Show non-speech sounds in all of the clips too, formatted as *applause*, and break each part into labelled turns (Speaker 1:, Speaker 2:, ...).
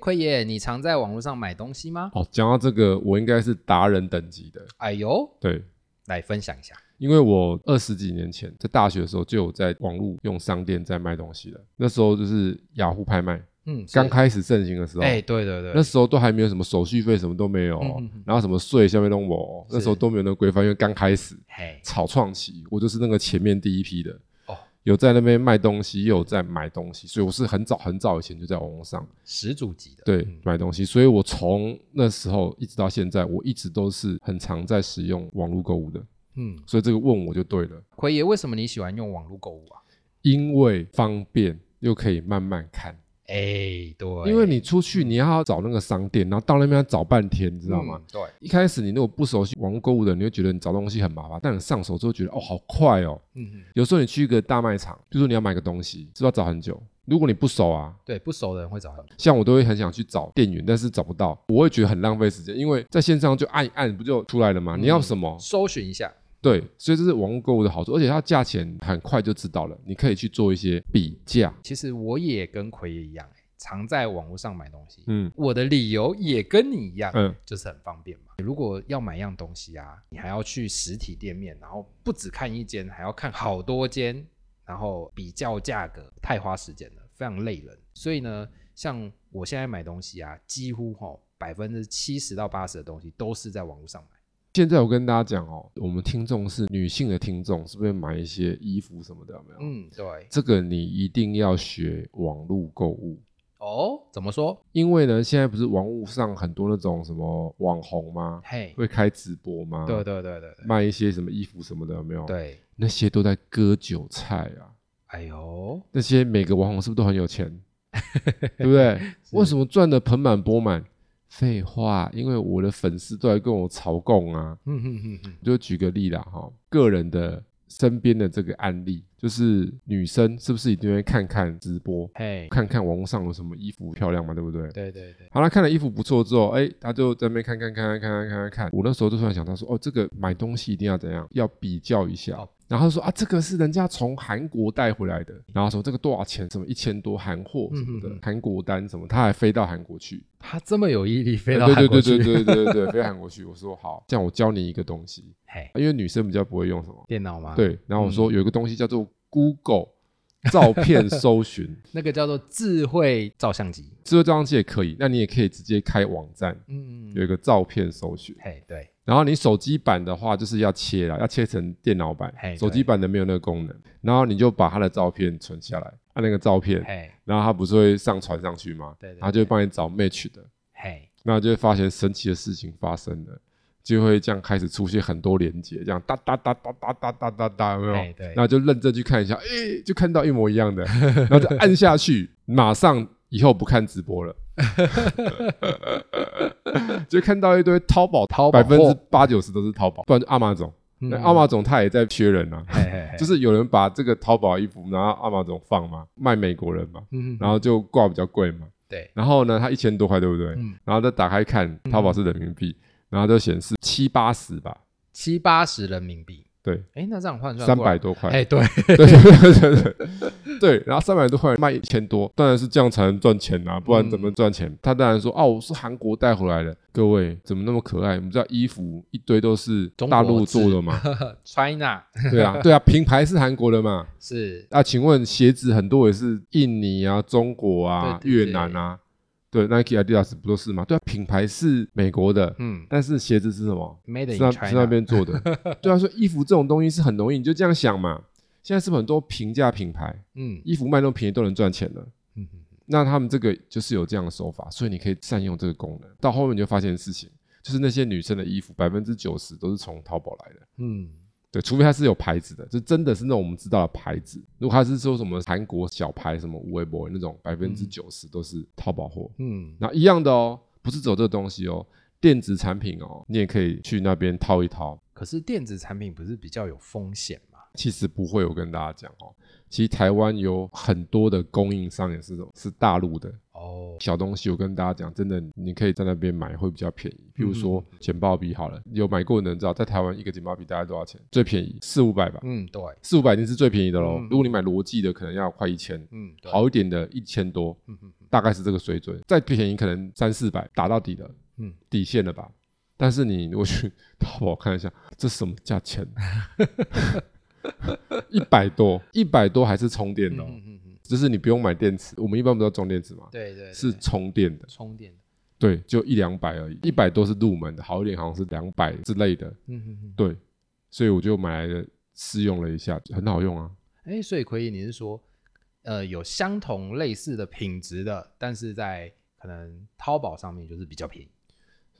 Speaker 1: 奎爷，你常在网络上买东西吗？
Speaker 2: 哦，讲到这个，我应该是达人等级的，
Speaker 1: 哎呦，
Speaker 2: 对，
Speaker 1: 来分享一下。
Speaker 2: 因为我二十几年前在大学的时候就有在网络用商店在卖东西了，那时候就是雅虎拍卖
Speaker 1: 嗯，是
Speaker 2: 刚开始盛行的时候。
Speaker 1: 哎，对对对，
Speaker 2: 那时候都还没有什么手续费，什么都没有哦，
Speaker 1: 嗯嗯嗯
Speaker 2: 然后什么税下面弄我哦，那
Speaker 1: 是
Speaker 2: 时候都没有那个规范，因为刚开始
Speaker 1: 嘿，
Speaker 2: 草创期，我就是那个前面第一批的，
Speaker 1: 哦
Speaker 2: 有在那边卖东西，也有在买东西，所以我是很早很早以前就在网络上
Speaker 1: 始祖级的，
Speaker 2: 对、
Speaker 1: 嗯
Speaker 2: 买东西，所以我从那时候一直到现在，我一直都是很常在使用网络购物的，
Speaker 1: 嗯，
Speaker 2: 所以这个问我就对了，
Speaker 1: 奎爷，为什么你喜欢用网络购物啊？
Speaker 2: 因为方便又可以慢慢看，
Speaker 1: 哎，对，
Speaker 2: 因为你出去你要找那个商店，然后到那边要找半天，你知
Speaker 1: 知
Speaker 2: 道吗？？
Speaker 1: 嗯对，
Speaker 2: 一开始你如果不熟悉网络购物的，你会觉得你找东西很麻烦，但你上手之后觉得哦好快哦，
Speaker 1: 嗯，嗯
Speaker 2: 有时候你去一个大卖场，比如说你要买个东西，是不是要找很久？如果你不熟啊，
Speaker 1: 对，不熟的人会找你，
Speaker 2: 像我都会很想去找店员，但是找不到，我会觉得很浪费时间，因为在线上就按一按不就出来了
Speaker 1: 嗯
Speaker 2: 吗？啊你要什么？
Speaker 1: 搜寻一下，
Speaker 2: 对，所以这是网络购物的好处，而且它价钱很快就知道了，你可以去做一些比价。
Speaker 1: 其实我也跟奎爷一样，哎常在网络上买东西。
Speaker 2: 嗯
Speaker 1: 我的理由也跟你一样，
Speaker 2: 嗯，
Speaker 1: 就是很方便嘛。如果要买一样东西啊，你还要去实体店面，然后不只看一间，还要看好多间，然后比较价格，太花时间了，非常累人。所以呢，像我现在买东西啊，几乎哈百分之七十到八十的东西都是在网络上买。
Speaker 2: 现在我跟大家讲哦，我们听众是女性的听众，是不是买一些衣服什么的？有没有？
Speaker 1: 嗯，对。
Speaker 2: 这个你一定要学网络购物。
Speaker 1: 哦，怎么说？
Speaker 2: 因为呢，现在不是网络上很多那种什么网红吗？
Speaker 1: 嘿，
Speaker 2: 会开直播吗？
Speaker 1: 对对对对对
Speaker 2: 卖一些什么衣服什么的，有没有？，
Speaker 1: 对，
Speaker 2: 那些都在割韭菜啊！
Speaker 1: 哎呦，
Speaker 2: 那些每个网红是不是都很有钱？对不对？为什么赚的盆满钵满？废话，因为我的粉丝都来跟我朝贡啊。
Speaker 1: 嗯哼哼哼，
Speaker 2: 我就举个例啦，哈，个人的身边的这个案例，就是女生是不是一定会看看直播，
Speaker 1: 嘿，
Speaker 2: 看看网络上有什么衣服漂亮嘛，对不对？
Speaker 1: 对对对，
Speaker 2: 好，他看了衣服不错之后，哎、他就在那边看看看看看看看看。我那时候就突然想到说，哦，这个买东西一定要怎样，要比较一下
Speaker 1: 哦。
Speaker 2: 然后他说啊，这个是人家从韩国带回来的，然后说这个多少钱，什么一千多韩货什么的
Speaker 1: 嗯嗯嗯，
Speaker 2: 韩、国单什么，他还飞到韩国去，
Speaker 1: 他这么有毅力，飞
Speaker 2: 对
Speaker 1: 到韩
Speaker 2: 对
Speaker 1: 国
Speaker 2: 对
Speaker 1: 去，
Speaker 2: 对对对对对，飞到韩国去。我说好，这样我教你一个东西，
Speaker 1: 嘿，
Speaker 2: 因为女生比较不会用什么，
Speaker 1: 电脑吗？，
Speaker 2: 对。然后我
Speaker 1: 嗯
Speaker 2: 说有一个东西叫做 Google 照片
Speaker 1: *laughs*
Speaker 2: 搜寻，
Speaker 1: 那个叫做智慧照相机。
Speaker 2: 智慧照相机也可以，那你也可以直接开网站，
Speaker 1: 嗯，
Speaker 2: 有一个照片搜寻。
Speaker 1: 嘿，对，
Speaker 2: 然后你手机版的话，就是要切了，要切成电脑版
Speaker 1: 嘿。
Speaker 2: 手机版的没有那个功能，然后你就把他的照片存下来，按那个照片，
Speaker 1: 嘿，
Speaker 2: 然后他不是会上传上去吗？
Speaker 1: 对对对
Speaker 2: 他就会帮你找 match 的，
Speaker 1: 嘿，
Speaker 2: 那就会发现神奇的事情发生了，就会这样开始出现很多连接，这样哒哒哒哒哒哒哒哒哒，有没有？
Speaker 1: 嘿，哎对
Speaker 2: 然，后就认真去看一下，诶，就看到一模一样的，然后就按下去，马上以后不看直播了， *laughs* 就看到一堆淘宝，
Speaker 1: 淘宝
Speaker 2: 百分之
Speaker 1: 货
Speaker 2: 八九十都是淘宝，不然就阿玛总，
Speaker 1: 嗯哎
Speaker 2: 那阿玛总他也在缺人啊，
Speaker 1: 嘿嘿嘿，
Speaker 2: *laughs* 就是有人把这个淘宝衣服拿到阿玛总放嘛，卖美国人嘛，
Speaker 1: 嗯，嗯，
Speaker 2: 然后就挂比较贵嘛，
Speaker 1: 对，
Speaker 2: 然后呢，它一千多块对不对？
Speaker 1: 嗯
Speaker 2: 然后再打开看，淘宝是人民币，然后就显示七八十吧，
Speaker 1: 七八十人民币，
Speaker 2: 对，
Speaker 1: 哎，那这样换算
Speaker 2: 三
Speaker 1: 过来
Speaker 2: 百，多块，
Speaker 1: 哎，对，
Speaker 2: 对对对对对，然后三百多块卖一千多，当然是这样才能赚钱
Speaker 1: 嗯
Speaker 2: 啊，不然怎么赚钱？他当然说哦，我是韩国带回来的，各位怎么那么可爱？我们知道衣服一堆都是
Speaker 1: 中国
Speaker 2: 大陆做的嘛，
Speaker 1: China *laughs*
Speaker 2: 对啊对啊，品牌是韩国的嘛。
Speaker 1: 是，
Speaker 2: 啊，请问鞋子很多也是印尼啊、中国啊、
Speaker 1: 对对对
Speaker 2: 越南啊，对，Nike、Adidas 不都是吗？对啊，品牌是美国的，
Speaker 1: 嗯
Speaker 2: 但是鞋子是什么？
Speaker 1: ，Made in
Speaker 2: 是那是那
Speaker 1: China，
Speaker 2: 边
Speaker 1: *laughs*
Speaker 2: 做的。对啊，所以衣服这种东西是很容易，你就这样想嘛。现在是不是很多平价品牌，
Speaker 1: 嗯
Speaker 2: 衣服卖那么便宜都能赚钱了。
Speaker 1: 嗯嗯，
Speaker 2: 那他们这个就是有这样的手法，所以你可以善用这个功能。到后面你就发现事情，就是那些女生的衣服百分之九十都是从淘宝来的，
Speaker 1: 嗯，
Speaker 2: 对，除非它是有牌子的，就真的是那种我们知道的牌子。如果它是说什么韩国小牌什么微博那种，百分之九十都是淘宝货。
Speaker 1: 嗯，
Speaker 2: 那一样的哦，不是走这个东西哦，电子产品哦，你也可以去那边掏一掏。
Speaker 1: 可是电子产品不是比较有风险吗？
Speaker 2: 其实不会，我跟大家讲哦，其实台湾有很多的供应商也是这种是大陆的，
Speaker 1: 哦，
Speaker 2: 小东西，我跟大家讲，真的，你可以在那边买会比较便宜。譬如说
Speaker 1: 嗯
Speaker 2: 剪报笔好了，有买过的人知道，在台湾一个剪报笔大概多少钱？最便宜四五百吧，
Speaker 1: 嗯，对，
Speaker 2: 四五百已经是最便宜的喽
Speaker 1: 嗯。
Speaker 2: 如果你买罗技的，可能要快一千，
Speaker 1: 嗯，对，
Speaker 2: 好一点的一千多，
Speaker 1: 嗯嗯嗯
Speaker 2: 大概是这个水准。再便宜可能三四百，打到底了，
Speaker 1: 嗯
Speaker 2: 底线了吧？但是你如果去淘宝看一下，这什么价钱？ *laughs* 一百多，一百多还是充电的、哦，
Speaker 1: 嗯嗯嗯，
Speaker 2: 就是你不用买电池。我们一般不是要装电池吗？
Speaker 1: 对对，对
Speaker 2: 是充电的，
Speaker 1: 充电的，
Speaker 2: 对，就一两百而已，一百多是入门的，好一点好像是两百之类的，
Speaker 1: 嗯嗯嗯，
Speaker 2: 对，所以我就买来了试用了一下，很好用啊。
Speaker 1: 哎，所以奎爷，你是说，呃，有相同类似的品质的，但是在可能淘宝上面就是比较便宜，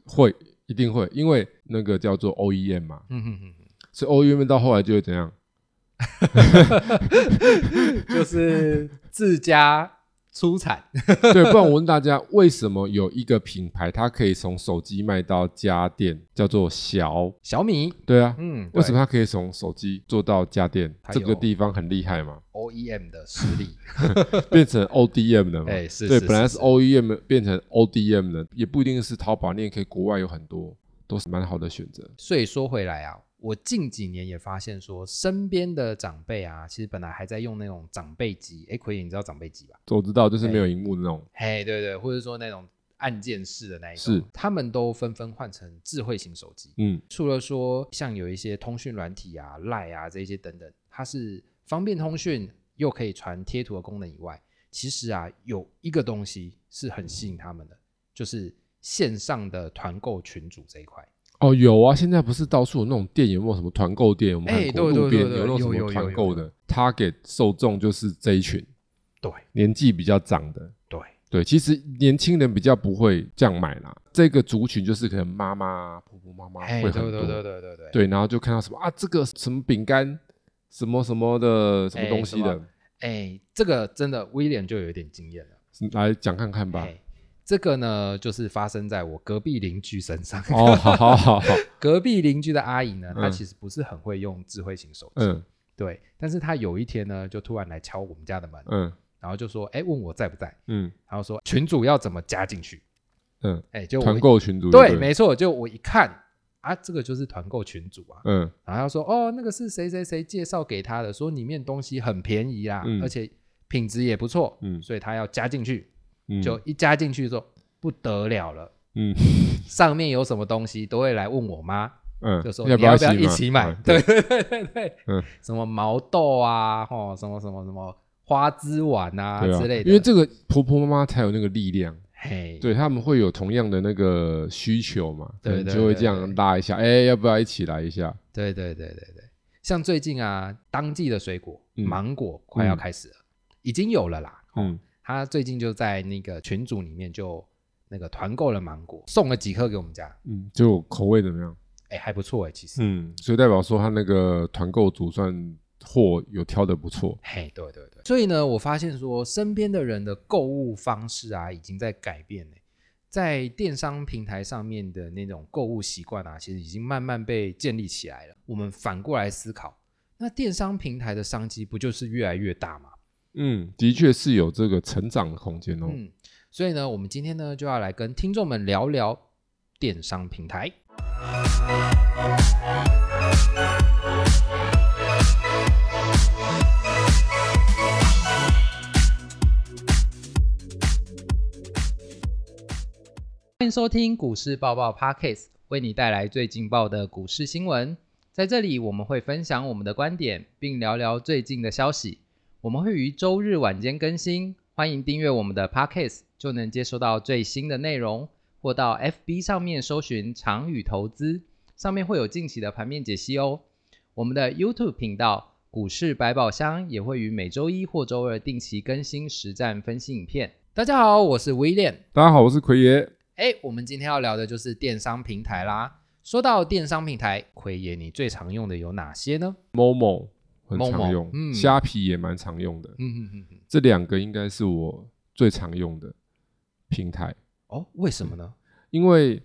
Speaker 2: 会一定会，因为那个叫做 OEM 嘛，
Speaker 1: 嗯嗯嗯
Speaker 2: 所以 OEM 到后来就会怎样？
Speaker 1: 嗯，就是自家出产，
Speaker 2: *laughs* 对，不然我问大家，为什么有一个品牌它可以从手机卖到家电，叫做小？
Speaker 1: 小米，
Speaker 2: 对啊，
Speaker 1: 嗯，
Speaker 2: 为什么它可以从手机做到家电？
Speaker 1: 它
Speaker 2: 这
Speaker 1: 有
Speaker 2: 个地方很厉害嘛，
Speaker 1: OEM E 的实力？
Speaker 2: 变成 ODM 了嘛？
Speaker 1: *laughs* 哎，是，
Speaker 2: 对，
Speaker 1: 是
Speaker 2: 本来
Speaker 1: 是
Speaker 2: 是 OEM 变成 ODM 的，也不一定是淘宝，你也可以国外有很多都是蛮好的选择。
Speaker 1: 所以说回来啊，我近几年也发现说，身边的长辈啊，其实本来还在用那种长辈机，哎，奎爷你知道长辈机吧？
Speaker 2: 我知道，就是没有
Speaker 1: 哎
Speaker 2: 荧幕的那种，
Speaker 1: 嘿，对对，或者说那种按键式的那一种，
Speaker 2: 是
Speaker 1: 他们都纷纷换成智慧型手机。
Speaker 2: 嗯，
Speaker 1: 除了说像有一些通讯软体啊、赖啊这些等等，它是方便通讯又可以传贴图的功能以外，其实啊有一个东西是很吸引他们的，就是线上的团购群组这一块。
Speaker 2: 哦，有啊，现在不是到处有那种店，有没有什么团购店？我们
Speaker 1: 哎
Speaker 2: 韩国
Speaker 1: 对对
Speaker 2: 路边
Speaker 1: 对对
Speaker 2: 有那
Speaker 1: 有
Speaker 2: 种什
Speaker 1: 有有
Speaker 2: 么团
Speaker 1: 有
Speaker 2: 购的，他给受众就是这一群
Speaker 1: 对
Speaker 2: 年纪比较长的。
Speaker 1: 对，
Speaker 2: 对，其实年轻人比较不会这样买啦，这个族群就是可能妈妈、婆婆妈妈
Speaker 1: 哎，
Speaker 2: 会
Speaker 1: 对
Speaker 2: 很多，
Speaker 1: 对对对对对。
Speaker 2: 对然后就看到什么啊，这个什么饼干，什么什么的，什么
Speaker 1: 哎
Speaker 2: 东
Speaker 1: 什
Speaker 2: 西
Speaker 1: 么
Speaker 2: 的，
Speaker 1: 哎，这个真的威廉就有一点经验了。
Speaker 2: 来讲看看吧。
Speaker 1: 哎，这个呢就是发生在我隔壁邻居身上。
Speaker 2: 哦，好好好 *laughs* 好，
Speaker 1: *laughs* 隔壁邻居的阿姨呢，她
Speaker 2: 嗯
Speaker 1: 其实不是很会用智慧型手机，
Speaker 2: 嗯
Speaker 1: 对，但是她有一天呢，就突然来敲我们家的门，
Speaker 2: 嗯
Speaker 1: 然后就说，哎，问我在不在，
Speaker 2: 嗯
Speaker 1: 然后说群主要怎么加进去，
Speaker 2: 嗯，
Speaker 1: 哎，就我
Speaker 2: 团购群主
Speaker 1: 对，没错，就我一看啊，这个就是团购群主啊，
Speaker 2: 嗯
Speaker 1: 然后他说，哦，那个是谁谁谁介绍给他的，说里面东西很便宜啦，
Speaker 2: 嗯
Speaker 1: 而且品质也不错，
Speaker 2: 嗯
Speaker 1: 所以他要加进去，
Speaker 2: 嗯
Speaker 1: 就一加进去之后不得了了，
Speaker 2: 嗯
Speaker 1: 上面有什么东西都会来问我妈。
Speaker 2: *laughs* 嗯，
Speaker 1: 就说
Speaker 2: 要
Speaker 1: 你要
Speaker 2: 要
Speaker 1: 不要一
Speaker 2: 买
Speaker 1: 起买
Speaker 2: 嗯？
Speaker 1: 对对对对对，
Speaker 2: 嗯
Speaker 1: 什么毛豆啊，哦，什么什么什么花枝丸啊
Speaker 2: 对啊
Speaker 1: 之类的，
Speaker 2: 因为这个婆婆妈妈才有那个力量，
Speaker 1: 嘿，
Speaker 2: 对他们会有同样的那个需求嘛，
Speaker 1: 对
Speaker 2: 可能
Speaker 1: 对
Speaker 2: 就会
Speaker 1: 对
Speaker 2: 这样
Speaker 1: 对
Speaker 2: 拉一下，哎、要不要一起来一下？
Speaker 1: 对对对对对，像最近啊，当季的水果，
Speaker 2: 嗯
Speaker 1: 芒果快要开始了，已经有了啦。哦，
Speaker 2: 嗯，
Speaker 1: 他最近就在那个群组里面就那个团购了芒果，送了几颗给我们家，
Speaker 2: 嗯，就口味怎么样？
Speaker 1: 哎，还不错哎，其实，
Speaker 2: 嗯，所以代表说他那个团购组算货有挑的不错。
Speaker 1: 嘿，对对对，所以呢，我发现说身边的人的购物方式啊，已经在改变了。在电商平台上面的那种购物习惯啊，其实已经慢慢被建立起来了。我们反过来思考，那电商平台的商机不就是越来越大吗？
Speaker 2: 嗯，的确是有这个成长的空间哦。
Speaker 1: 嗯，所以呢，我们今天呢就要来跟听众们聊聊电商平台。欢迎收听股市爆爆 Podcast，为你带来最劲爆的股市新闻。在这里，我们会分享我们的观点，并聊聊最近的消息。我们会于周日晚间更新，欢迎订阅我们的 Podcast，就能接收到最新的内容，或到 FB 上面搜寻“长宇投资”，上面会有近期的盘面解析哦。我们的 YouTube 频道“股市百宝箱”也会于每周一或周二定期更新实战分析影片。大家好，我是威廉。
Speaker 2: 大家好，我是奎爷。
Speaker 1: 哎，我们今天要聊的就是电商平台啦。说到电商平台，奎爷你最常用的有哪些呢？
Speaker 2: Momo 很常
Speaker 1: Momo，
Speaker 2: 用，
Speaker 1: 嗯
Speaker 2: 虾皮也蛮常用的，
Speaker 1: 嗯嗯嗯嗯，
Speaker 2: 这两个应该是我最常用的平台，
Speaker 1: 哦，为什么呢？
Speaker 2: 因为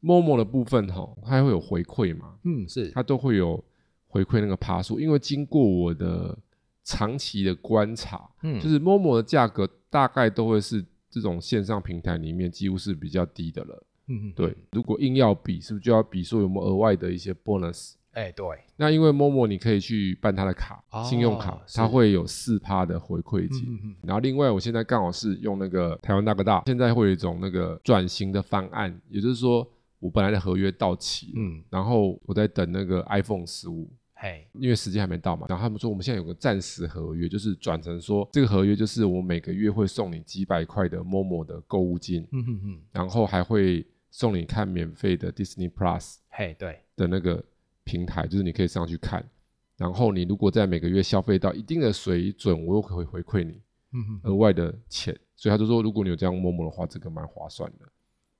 Speaker 2: Momo 的部分哈、它会有回馈嘛，
Speaker 1: 嗯，是，
Speaker 2: 它都会有回馈那个趴数，因为经过我的长期的观察，
Speaker 1: 嗯，
Speaker 2: 就是 Momo 的价格大概都会是这种线上平台里面几乎是比较低的了。
Speaker 1: 嗯，
Speaker 2: 对，如果硬要比，是不是就要比说有没有额外的一些 bonus？
Speaker 1: 哎、对，
Speaker 2: 那因为 Momo 你可以去办他的卡，
Speaker 1: 哦
Speaker 2: 信用卡，
Speaker 1: 是
Speaker 2: 它会有四趴的回馈金。
Speaker 1: 嗯嗯
Speaker 2: 然后另外，我现在刚好是用那个台湾大哥大，现在会有一种那个转型的方案，也就是说，我本来的合约到期，嗯，嗯
Speaker 1: 嗯，
Speaker 2: 然后我在等那个 iPhone 十五，
Speaker 1: 嘿，
Speaker 2: 因为时间还没到嘛。然后他们说，我们现在有个暂时合约，就是转成说，这个合约就是我每个月会送你几百块的 Momo 的购物金，
Speaker 1: 嗯哼哼，
Speaker 2: 然后还会送你看免费的 Disney Plus
Speaker 1: 嘿，对，
Speaker 2: 的那个平台，就是你可以上去看。然后你如果在每个月消费到一定的水准，我又会回馈你。
Speaker 1: 嗯哼
Speaker 2: 额外的钱，所以他就说，如果你有这样摸摸的话，这个蛮划算的。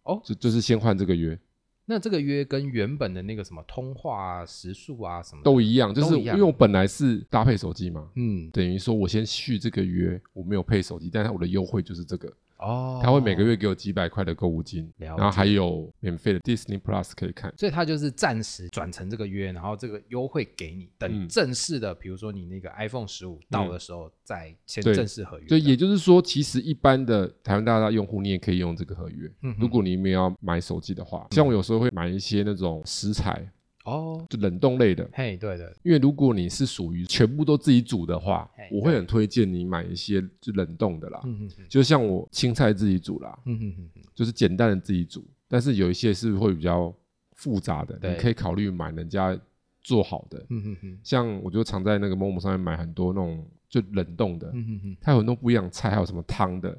Speaker 1: 哦
Speaker 2: 就就是先换这个约
Speaker 1: 那这个约跟原本的那个什么通话啊、时速啊什么的
Speaker 2: 都一样，就是
Speaker 1: 都一
Speaker 2: 因
Speaker 1: 样
Speaker 2: 为我本来是搭配手机嘛，
Speaker 1: 嗯，
Speaker 2: 等于说我先续这个约，我没有配手机，但是我的优惠就是这个，
Speaker 1: 哦，
Speaker 2: 他会每个，月给我几百块的购物金，
Speaker 1: 了
Speaker 2: 然
Speaker 1: 解
Speaker 2: 后还有免费的 Disney Plus 可以看。
Speaker 1: 所以他就是暂时转成这个约，然后这个优惠给你，
Speaker 2: 嗯
Speaker 1: 等正式的，比如说你那个 iPhone 十五到的时候再签
Speaker 2: 对
Speaker 1: 正式合约这
Speaker 2: 所
Speaker 1: 样，
Speaker 2: 以也就是说，其实一般的台湾大大用户，你也可以用这个合约。
Speaker 1: 嗯哼
Speaker 2: 如果你没有要买手机的话，像我有时候会买一些那种食材，
Speaker 1: 哦，
Speaker 2: 就冷冻类的，
Speaker 1: 嘿，对的，
Speaker 2: 因为如果你是属于全部都自己煮的话
Speaker 1: 嘿，
Speaker 2: 我会很推荐你买一些就冷冻的啦。
Speaker 1: 嗯哼哼，
Speaker 2: 就像我青菜自己煮啦，
Speaker 1: 嗯哼哼哼，
Speaker 2: 就是简单的自己煮，但是有一些是会比较复杂的，
Speaker 1: 对
Speaker 2: 你可以考虑买人家做好的。
Speaker 1: 嗯哼哼，
Speaker 2: 像我就常在那个某某上面买很多那种就冷冻的，
Speaker 1: 嗯哼哼，
Speaker 2: 它有很多不一样的菜，还有什么汤的，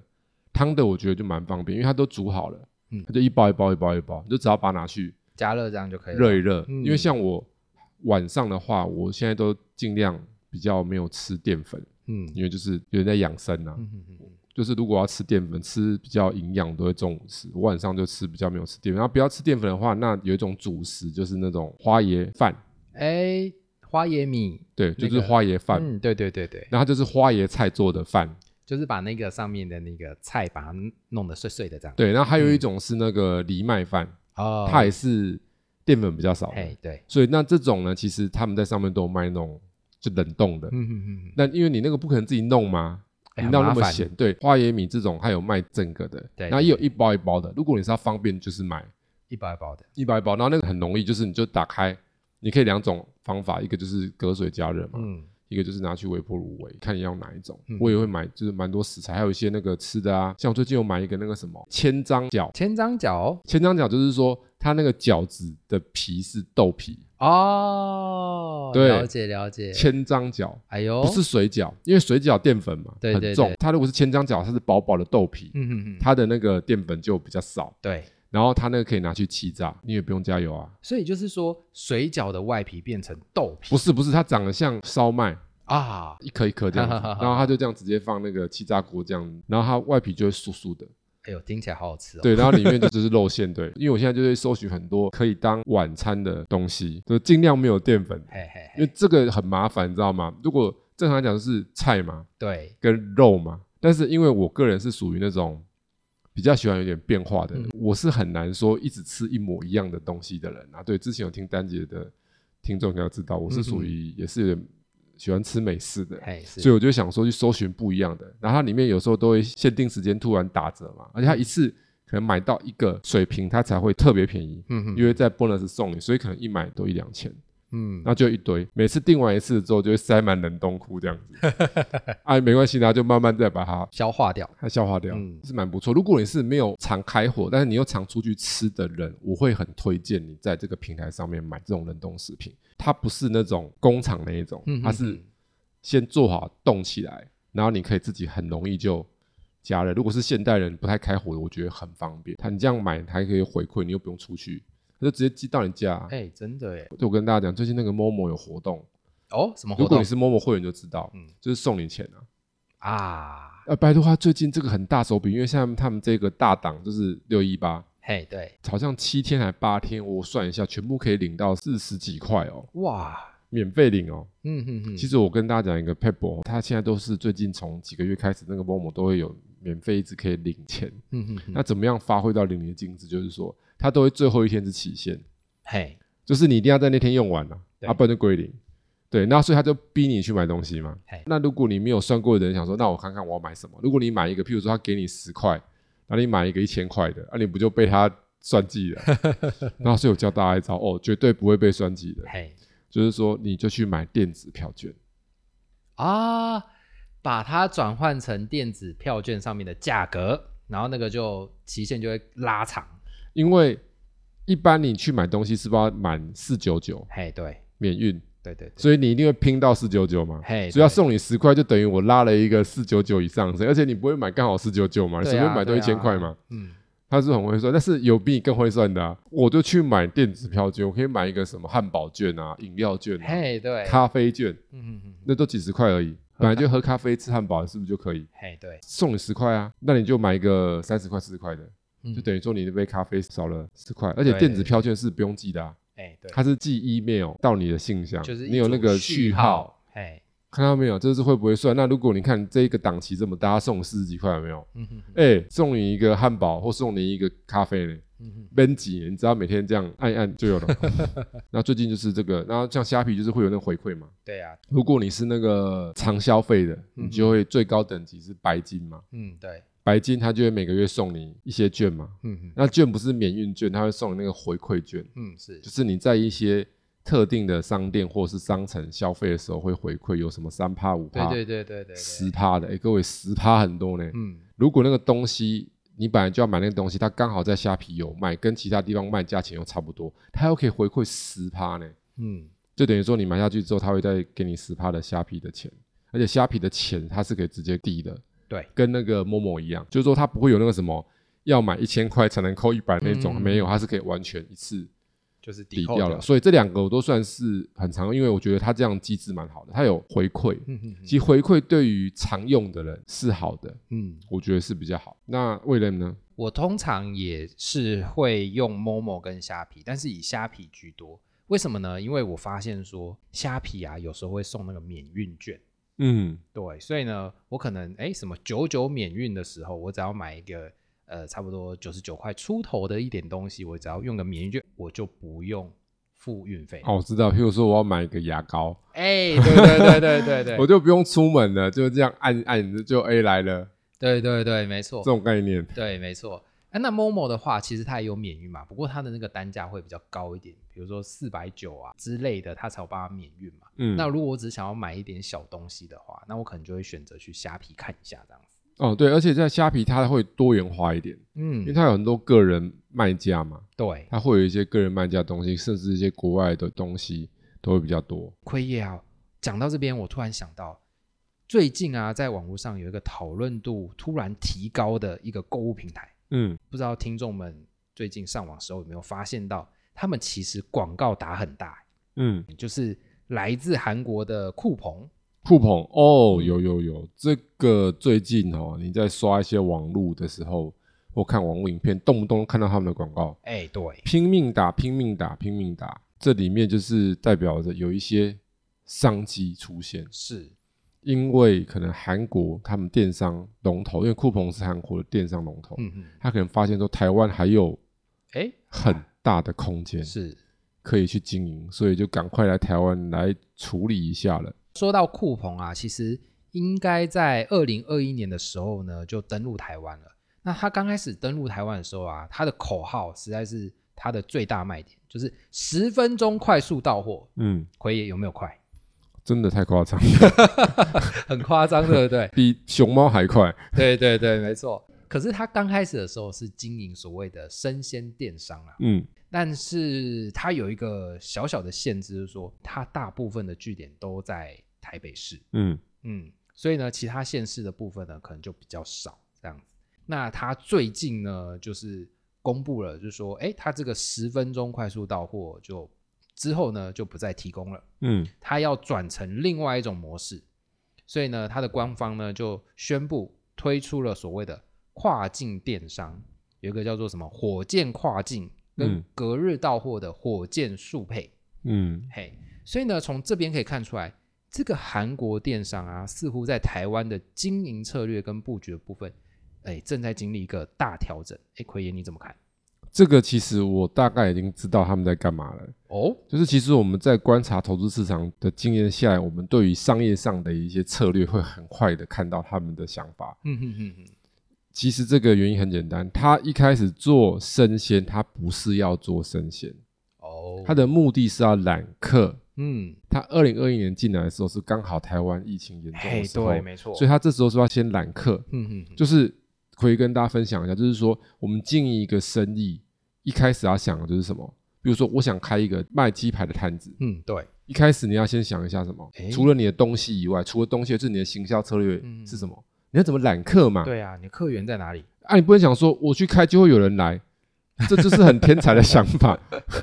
Speaker 2: 汤的我觉得就蛮方便，因为它都煮好了，
Speaker 1: 嗯
Speaker 2: 它就一包一包一包一包，你就只要把它拿去
Speaker 1: 加热这样就可以了，
Speaker 2: 热一热，
Speaker 1: 嗯
Speaker 2: 因为像我晚上的话，我现在都尽量比较没有吃淀粉，
Speaker 1: 嗯
Speaker 2: 因为就是有点在养生啊。
Speaker 1: 嗯哼哼哼，
Speaker 2: 就是如果要吃淀粉，吃比较营养都会中午吃，我晚上就吃比较没有吃淀粉。然后不要吃淀粉的话，那有一种主食就是那种花椰饭，
Speaker 1: 哎，花椰米，
Speaker 2: 对，
Speaker 1: 那
Speaker 2: 就
Speaker 1: 个
Speaker 2: 是花椰饭。
Speaker 1: 嗯，对对对对，
Speaker 2: 然后它就是花椰菜做的饭，
Speaker 1: 就是把那个上面的那个菜把它弄得碎碎的这样，
Speaker 2: 对。然后还有一种是那个藜麦饭，
Speaker 1: 嗯哦，
Speaker 2: 它也是淀粉比较少的
Speaker 1: 嘿，对，
Speaker 2: 所以那这种呢，其实他们在上面都有卖那种就冷冻的，
Speaker 1: 嗯哼哼哼，
Speaker 2: 那因为你那个不可能自己弄嘛，
Speaker 1: 哎
Speaker 2: 你弄
Speaker 1: 很
Speaker 2: 那
Speaker 1: 麻
Speaker 2: 么
Speaker 1: 烦
Speaker 2: 咸，对，花椰米这种还有卖整个的，
Speaker 1: 对
Speaker 2: 然后也有一包一包的。如果你是要方便，就是买
Speaker 1: 一包一包的，
Speaker 2: 一包一包，然后那个很容易，就是你就打开，你可以两种方法，一个就是隔水加热嘛，
Speaker 1: 嗯，
Speaker 2: 一个就是拿去微波炉微，看你要哪一种。
Speaker 1: 嗯
Speaker 2: 我也会买，就是蛮多食材，还有一些那个吃的啊，像我最近有买一个那个什么千张饺，
Speaker 1: 千张角
Speaker 2: 千张饺就是说它那个饺子的皮是豆皮，
Speaker 1: 哦，
Speaker 2: 对
Speaker 1: 了解了解，
Speaker 2: 千张饺。
Speaker 1: 哎呦，
Speaker 2: 不是，水饺，因为水饺淀粉嘛
Speaker 1: 对对
Speaker 2: 很重
Speaker 1: 对。
Speaker 2: 它如果是千张饺，它是薄薄的豆皮，
Speaker 1: 嗯哼哼，
Speaker 2: 它的那个淀粉就比较少，
Speaker 1: 对，
Speaker 2: 然后它那个可以拿去气炸，你也不用加油啊。
Speaker 1: 所以就是说水饺的外皮变成豆皮
Speaker 2: 不是不是，它长得像烧麦，
Speaker 1: 啊，
Speaker 2: 一颗一颗这样子，
Speaker 1: 哈哈哈哈
Speaker 2: 然后它就这样直接放那个气炸锅这样，然后它外皮就会酥酥的，
Speaker 1: 哎呦，听起来好好吃哦，，
Speaker 2: 对，然后里面就就是肉馅，对，因为我现在就会搜寻很多可以当晚餐的东西，就尽量没有淀粉，
Speaker 1: 嘿嘿
Speaker 2: 因为
Speaker 1: 嘿，
Speaker 2: 这个很麻烦，你知道吗？如果正常来讲是菜嘛
Speaker 1: 对，
Speaker 2: 跟肉嘛，但是因为我个人是属于那种。比较喜欢有点变化
Speaker 1: 嗯
Speaker 2: 的人，我是很难说一直吃一模一样的东西的人啊。对，之前有听丹姐的听众应该知道，我是属
Speaker 1: 嗯
Speaker 2: 于也是有点喜欢吃美式的，
Speaker 1: 嘿是，
Speaker 2: 所以我就想说去搜寻不一样的。然后它里面有时候都会限定时间突然打折嘛，而且它一次可能买到一个水瓶，它才会特别便宜，
Speaker 1: 嗯哼，
Speaker 2: 因为在 bonus 送你，所以可能一买都一两千，
Speaker 1: 嗯，
Speaker 2: 那就一堆。每次订完一次之后，就会塞满冷冻库这样子。
Speaker 1: *laughs*
Speaker 2: 哎，没关系，然后就慢慢再把它。
Speaker 1: 消化掉，
Speaker 2: 它消化掉、
Speaker 1: 嗯
Speaker 2: 是蛮不错。如果你是没有常开火，但是你又常出去吃的人，我会很推荐你在这个平台上面买这种冷冻食品。它不是那种工厂那一种，
Speaker 1: 嗯
Speaker 2: 它是先做好冻起来，然后你可以自己很容易就加热。如果是现代人不太开火的，我觉得很方便。它你这样买还可以回馈，你又不用出去，它就直接寄到你家。
Speaker 1: 哎，真的哎，
Speaker 2: 就我跟大家讲，最近那个 Momo 有活动，
Speaker 1: 哦，什么活
Speaker 2: 如果你
Speaker 1: 动
Speaker 2: 是 Momo 会员就知道，
Speaker 1: 嗯
Speaker 2: 就是送你钱啊。
Speaker 1: 啊？
Speaker 2: 呃，拜托他最近这个很大手笔，因为像他们这个大档就是六一八，
Speaker 1: 嘿，对，
Speaker 2: 好像七天还八天，我算一下，全部可以领到四十几块哦，
Speaker 1: 哇，
Speaker 2: 免费领哦。
Speaker 1: 嗯哼哼，
Speaker 2: 其实我跟大家讲一个 Pebble，它现在都是最近从几个月开始，那个 Momo 都会有免费一直可以领钱。
Speaker 1: 嗯哼哼，
Speaker 2: 那怎么样发挥到淋漓尽致？就是说，它都会最后一天是期限，
Speaker 1: 嘿，
Speaker 2: 就是你一定要在那天用完了、
Speaker 1: 对
Speaker 2: 啊，不然就归零。对，那所以他就逼你去买东西嘛
Speaker 1: 嘿。
Speaker 2: 那如果你没有算过的人，想说，那我看看我要买什么。如果你买一个，譬如说他给你十块，那你买一个一千块的，那、你不就被他算
Speaker 1: *laughs*
Speaker 2: 计了？然后所以我教大家一招哦，绝对不会被算计的，
Speaker 1: 嘿
Speaker 2: 就是说你就去买电子票券，
Speaker 1: 啊，把它转换成电子票券上面的价格，然后那个就期限就会拉长。
Speaker 2: 因为一般你去买东西是不是要满四九九
Speaker 1: 嘿，对
Speaker 2: 免运，
Speaker 1: 对对对，
Speaker 2: 所以你一定会拼到四九九嘛。
Speaker 1: 嘿，
Speaker 2: 所以要
Speaker 1: 对
Speaker 2: 送你十块，就等于我拉了一个四九九以上，而且你不会买刚好四九九嘛，你
Speaker 1: 对啊
Speaker 2: 随便买都
Speaker 1: 对
Speaker 2: 一
Speaker 1: 啊
Speaker 2: 千块嘛。
Speaker 1: 嗯，
Speaker 2: 他是很会算，但是有比你更会算的、啊。我就去买电子票券，我可以买一个什么汉堡券啊、饮料券啊、
Speaker 1: 嘿对，
Speaker 2: 咖啡券，
Speaker 1: 嗯嗯嗯，
Speaker 2: 那都几十块而已。本来就喝咖啡吃汉堡是不是就可以
Speaker 1: 嘿对，
Speaker 2: 送你十块啊？那你就买一个三十块、四十块的，
Speaker 1: 嗯
Speaker 2: 就等于说你那杯咖啡少了十块。而且
Speaker 1: 对
Speaker 2: 电子票券是不用寄的、啊，
Speaker 1: 哎对，
Speaker 2: 它是寄 email 到你的信箱，
Speaker 1: 就是
Speaker 2: 你
Speaker 1: 一
Speaker 2: 有
Speaker 1: 组
Speaker 2: 那个
Speaker 1: 序
Speaker 2: 序
Speaker 1: 号
Speaker 2: 号，，
Speaker 1: 嘿，
Speaker 2: 看到没有？这是会不会算？那如果你看这一个档期这么大，他送四十几块有没有？
Speaker 1: 嗯哼哼
Speaker 2: 哎、送你一个汉堡或送你一个咖啡呢？
Speaker 1: 嗯哼，
Speaker 2: 编辑，你只要每天这样按一按
Speaker 1: *laughs*
Speaker 2: 就有了。那最近就是这个，然后像虾皮就是会有那个回馈嘛。
Speaker 1: 对啊，
Speaker 2: 如果你是那个常消费的，
Speaker 1: 嗯
Speaker 2: 你就会最高等级是白金嘛，
Speaker 1: 嗯对，
Speaker 2: 白金它就会每个月送你一些券嘛。
Speaker 1: 嗯嗯
Speaker 2: 那券不是免运券，它会送你那个回馈券，
Speaker 1: 嗯是
Speaker 2: 就，是你在一些特定的商店或是商城消费的时候会回馈，有什么三趴五
Speaker 1: 对
Speaker 2: 趴、
Speaker 1: 对对对对对，
Speaker 2: 十趴的，哎、各位十趴很多呢。
Speaker 1: 嗯
Speaker 2: 如果那个东西你本来就要买那个东西，它刚好在虾皮有卖，跟其他地方卖价钱又差不多，它又可以回馈十趴呢，
Speaker 1: 嗯
Speaker 2: 就等于说你买下去之后，它会再给你十趴的虾皮的钱，而且虾皮的钱它是可以直接抵的，
Speaker 1: 对，
Speaker 2: 跟那个某某一样，就是说它不会有那个什么要买一千块才能扣一百那种，
Speaker 1: 嗯
Speaker 2: 没有，它是可以完全一次
Speaker 1: 就是抵
Speaker 2: 抵
Speaker 1: 扣
Speaker 2: 掉
Speaker 1: 的
Speaker 2: 了。，所以这两个我都算是很常，因为我觉得它这样机制蛮好的，它有回馈。
Speaker 1: 嗯嗯嗯
Speaker 2: 其实回馈对于常用的人是好的，
Speaker 1: 嗯，
Speaker 2: 我觉得是比较好。那为了呢？
Speaker 1: 我通常也是会用 Momo 跟虾皮，但是以虾皮居多。为什么呢？因为我发现说虾皮啊，有时候会送那个免运券，
Speaker 2: 嗯，
Speaker 1: 对，所以呢，我可能哎什么九九免运的时候，我只要买一个呃差不多九十九块出头的一点东西，我只要用个免运券，我就不用付运费。
Speaker 2: 哦，我知道。譬如说，我要买一个牙膏，
Speaker 1: 哎、对对对对对
Speaker 2: *laughs* 我
Speaker 1: 对，
Speaker 2: 就不用出门了，就这样按按就 A 来了，
Speaker 1: 对对对，没
Speaker 2: 这
Speaker 1: 错，
Speaker 2: 种概念。
Speaker 1: 对，没错。啊、那 Momo 的话，其实它也有免运嘛，不过它的那个单价会比较高一点，比如说四百九啊之类的，它才有办法免运嘛。
Speaker 2: 嗯，
Speaker 1: 那如果我只想要买一点小东西的话，那我可能就会选择去虾皮看一下这样子。
Speaker 2: 哦对，而且在虾皮它会多元化一点，因为
Speaker 1: 嗯，
Speaker 2: 它有很多个人卖家嘛，
Speaker 1: 对，
Speaker 2: 它会有一些个人卖家的东西，甚至一些国外的东西都会比较多。
Speaker 1: 亏业啊，讲到这边，我突然想到，最近啊，在网络上有一个讨论度突然提高的一个购物平台，
Speaker 2: 嗯，
Speaker 1: 不知道听众们最近上网时候有没有发现到，他们其实广告打很大、
Speaker 2: 嗯，
Speaker 1: 就是来自韩国的酷鹏。
Speaker 2: 酷鹏哦，
Speaker 1: 嗯
Speaker 2: 有有有，这个最近哦，你在刷一些网络的时候，或看网络影片，动不动看到他们的广告，
Speaker 1: 哎、对，
Speaker 2: 拼命打，拼命打，拼命打，这里面就是代表着有一些商机出现，
Speaker 1: 是，
Speaker 2: 因为可能韩国他们电商龙头，因为酷鹏是韩国的电商龙头，
Speaker 1: 嗯嗯，
Speaker 2: 他可能发现说台湾还有
Speaker 1: 哎、
Speaker 2: 很大的空间
Speaker 1: 是。
Speaker 2: 可以去经营，所以就赶快来台湾来处理一下了。
Speaker 1: 说到酷鹏啊，其实应该在二零二一年的时候呢，就登陆台湾了。那他刚开始登陆台湾的时候啊，他的口号实在是他的最大卖点，就是十分钟快速到货。
Speaker 2: 嗯，
Speaker 1: 奎爷有没有快？ *laughs*
Speaker 2: 真的太夸张，
Speaker 1: 很夸张，对不对？
Speaker 2: 比熊猫还快。
Speaker 1: 对对对，没错。可是他刚开始的时候是经营所谓的生鲜电商啊，
Speaker 2: 嗯，
Speaker 1: 但是它有一个小小的限制，就是说它大部分的据点都在台北市，
Speaker 2: 嗯，
Speaker 1: 嗯，所以呢，其他县市的部分呢，可能就比较少这样子。那它最近呢，就是公布了，就是说，哎，它这个十分钟快速到货就之后呢，就不再提供了，
Speaker 2: 嗯，
Speaker 1: 它要转成另外一种模式。所以呢，它的官方呢就宣布推出了所谓的跨境电商，有一个叫做什么火箭跨境跟
Speaker 2: 嗯
Speaker 1: 隔日到货的火箭速配。
Speaker 2: 嗯，
Speaker 1: 嘿，所以呢，从这边可以看出来，这个韩国电商啊，似乎在台湾的经营策略跟布局的部分，哎，正在经历一个大调整。哎，奎爷你怎么看？
Speaker 2: 这个其实我大概已经知道他们在干嘛了。
Speaker 1: 哦，
Speaker 2: 就是其实我们在观察投资市场的经验下来，我们对于商业上的一些策略会很快的看到他们的想法。
Speaker 1: 嗯哼哼哼，
Speaker 2: 其实这个原因很简单，他一开始做生鲜，他不是要做生鲜，
Speaker 1: 哦，
Speaker 2: 他的目的是要揽客。
Speaker 1: 嗯，
Speaker 2: 他二零二一年进来的时候是刚好台湾疫情严重
Speaker 1: 嘿
Speaker 2: 的，时候，
Speaker 1: 对，没错，
Speaker 2: 所以他这时候是要先揽客，
Speaker 1: 嗯嗯嗯
Speaker 2: 就是可以跟大家分享一下，就是说我们经营一个生意，一开始要想的就是什么？比如说我想开一个卖鸡排的摊子，
Speaker 1: 嗯，对，
Speaker 2: 一开始你要先想一下什么
Speaker 1: 诶？
Speaker 2: 除了你的东西以外，除了东西就是你的行销策略
Speaker 1: 嗯
Speaker 2: 是什么？你要怎么揽客嘛？
Speaker 1: 对啊，你客源在哪里？
Speaker 2: 啊，你不能想说我去开就会有人来，这就是很天才的想法。 *laughs*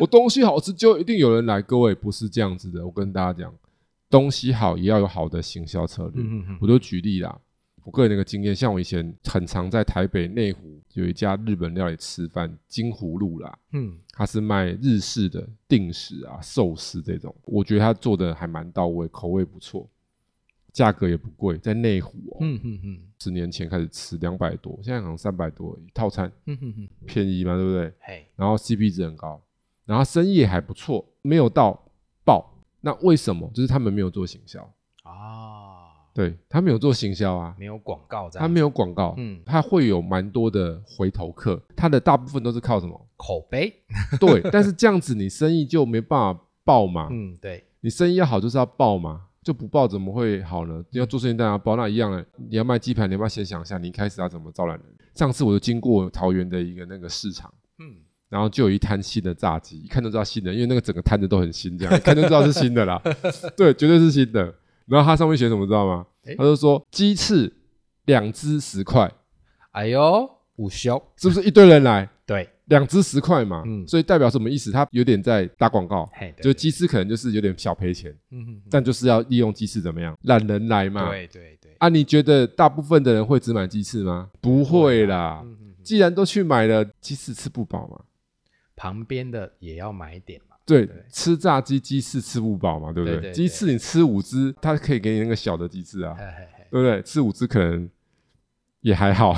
Speaker 2: 我东西好吃就一定有人来，各位不是这样子的。我跟大家讲，东西好也要有好的行销策略。
Speaker 1: 嗯嗯
Speaker 2: 我就举例啦，我个人的一个经验，像我以前很常在台北内湖有一家日本料理吃饭，金湖路啦，
Speaker 1: 嗯
Speaker 2: 它是卖日式的定食啊、寿司这种，我觉得它做的还蛮到位，口味不错，价格也不贵，在内湖哦。
Speaker 1: 嗯嗯嗯
Speaker 2: 十年前开始吃两百多，现在好像三百多一套餐，
Speaker 1: 嗯嗯嗯，
Speaker 2: 便宜嘛，对不对？
Speaker 1: 嘿，
Speaker 2: 然后 CP 值很高，然后生意也还不错，没有到爆。那为什么？就是他们没有做行销，
Speaker 1: 啊，
Speaker 2: 对他没有做行销啊，
Speaker 1: 没有广告这样，
Speaker 2: 他没有广告，
Speaker 1: 嗯
Speaker 2: 他会有蛮多的回头客，他的大部分都是靠什么？
Speaker 1: 口碑，
Speaker 2: 对，但是这样子你生意就没办法爆嘛，
Speaker 1: 嗯，对，
Speaker 2: 你生意要好就是要爆嘛，就不爆怎么会好呢？
Speaker 1: 嗯
Speaker 2: 你要做生意当然要爆，那一样的，你要卖鸡排，你要不要先想一下你一开始要怎么招揽人？上次我就经过桃园的一个那个市场。
Speaker 1: 嗯，
Speaker 2: 然后就有一摊新的炸鸡，一看就知道新的，因为那个整个摊子都很新，这样一看就知道是新
Speaker 1: *laughs*
Speaker 2: 的啦。对，绝对是新的。然后它上面写什么知道吗
Speaker 1: 诶？
Speaker 2: 他就说鸡翅两只十块，
Speaker 1: 哎呦，午休，
Speaker 2: 是不是一堆人来？
Speaker 1: 对，
Speaker 2: 两只十块嘛，
Speaker 1: 嗯
Speaker 2: 所以代表什么意思？它有点在打广告，
Speaker 1: 嘿，对
Speaker 2: 就
Speaker 1: 对
Speaker 2: 鸡翅可能就是有点小赔钱，
Speaker 1: 嗯嗯嗯，
Speaker 2: 但就是要利用鸡翅怎么样揽人来嘛。
Speaker 1: 对对对，
Speaker 2: 啊，你觉得大部分的人会只买鸡翅吗？不会啦，
Speaker 1: 嗯嗯嗯，
Speaker 2: 既然都去买了，鸡翅吃不饱嘛。
Speaker 1: 旁边的也要买点嘛，
Speaker 2: 对
Speaker 1: 对，
Speaker 2: 吃炸鸡鸡翅吃不饱嘛，对不
Speaker 1: 对对对
Speaker 2: 鸡翅你吃五只，它可以给你那个小的鸡翅啊，
Speaker 1: 嘿嘿嘿，
Speaker 2: 对不对？吃五只可能也还
Speaker 1: *laughs*
Speaker 2: 好，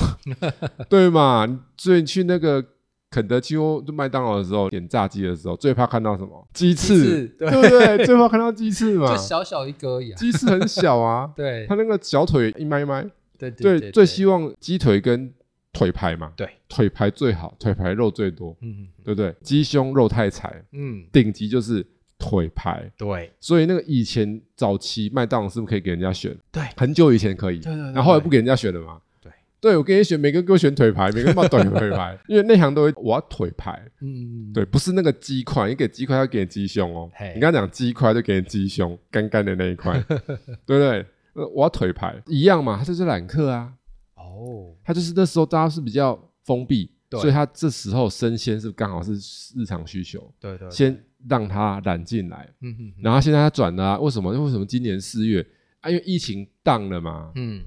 Speaker 2: 对嘛？所以你去那个肯德基或麦当劳的时候点炸鸡的时候，最怕看到什么？鸡
Speaker 1: 鸡
Speaker 2: 翅，
Speaker 1: 翅对
Speaker 2: 不对？最怕看到鸡翅嘛
Speaker 1: 就，小小一个而已啊，，
Speaker 2: 鸡翅很小啊
Speaker 1: 对
Speaker 2: 它那个小腿一迈一迈，
Speaker 1: 对
Speaker 2: 对，
Speaker 1: 对，
Speaker 2: 最希望鸡腿跟腿排嘛，
Speaker 1: 对，
Speaker 2: 腿排最好，腿排肉最多，
Speaker 1: 嗯嗯
Speaker 2: 对不对？鸡胸肉太柴，
Speaker 1: 嗯，
Speaker 2: 顶级就是腿排。
Speaker 1: 对
Speaker 2: 所以那个以前早期麦当劳是不是可以给人家选？
Speaker 1: 对
Speaker 2: 很久以前可以，
Speaker 1: 对对对
Speaker 2: 然后后来不给人家选了嘛。
Speaker 1: 对，
Speaker 2: 对我给你选，每个给我选腿排，每个冒腿腿排，因为内行都会我要腿排，
Speaker 1: 嗯，
Speaker 2: 对，不是那个鸡块，你给鸡块要给你鸡胸哦
Speaker 1: 嘿，
Speaker 2: 你刚刚讲鸡块就给你鸡胸，干干的那
Speaker 1: *laughs*
Speaker 2: 一块，对不对？呃我要腿排一样嘛，他就是揽客啊，
Speaker 1: 哦，
Speaker 2: 他就是那时候大家是比较封闭，
Speaker 1: 对
Speaker 2: 所以他这时候生鲜是刚好是日常需求，
Speaker 1: 对对，对，
Speaker 2: 先让他揽进来。
Speaker 1: 嗯嗯嗯
Speaker 2: 然后现在他转了、啊，为什么？因为为什么今年四月啊？因为疫情荡了嘛，
Speaker 1: 嗯，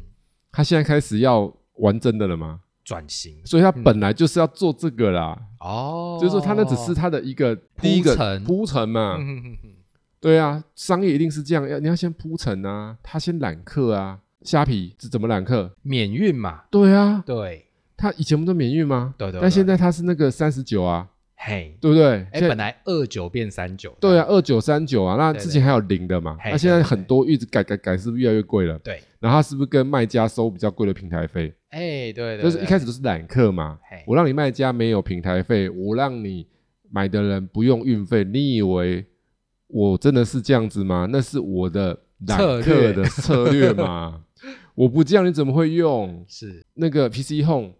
Speaker 2: 他现在开始要玩真的了嘛，
Speaker 1: 转型
Speaker 2: 所以他本来就是要做这个啦，
Speaker 1: 嗯哦，
Speaker 2: 就是说他那只是他的一个第一个
Speaker 1: 陈
Speaker 2: 铺陈嘛，
Speaker 1: 嗯嗯嗯嗯，
Speaker 2: 对啊，商业一定是这样，要你要先铺陈啊，他先揽客啊，虾皮是怎么揽客？
Speaker 1: 免运嘛，
Speaker 2: 对啊，
Speaker 1: 对，
Speaker 2: 他以前不都免运吗？
Speaker 1: 对对对
Speaker 2: 但现在他是那个三十九啊，
Speaker 1: 嘿，
Speaker 2: 对不对？
Speaker 1: 哎，
Speaker 2: 现在
Speaker 1: 本来二九变三九，
Speaker 2: 对啊，，二九三九啊，那
Speaker 1: 对对
Speaker 2: 之前还有零的嘛，
Speaker 1: 嘿
Speaker 2: 那现在
Speaker 1: 对对
Speaker 2: 很多一直改改改，是不是越来越贵了？
Speaker 1: 对，
Speaker 2: 然后他是不是跟卖家收比较贵的平台费？
Speaker 1: 哎，对，对
Speaker 2: 就是一开
Speaker 1: 始
Speaker 2: 始都是揽客嘛
Speaker 1: 嘿，
Speaker 2: 我让你卖家没有平台费，我让你买的人不用运费，你以为我真的是这样子吗？那是我的揽客的策略
Speaker 1: *laughs*
Speaker 2: 嘛，我不这样你怎么会用？
Speaker 1: 是
Speaker 2: 那个 PC Home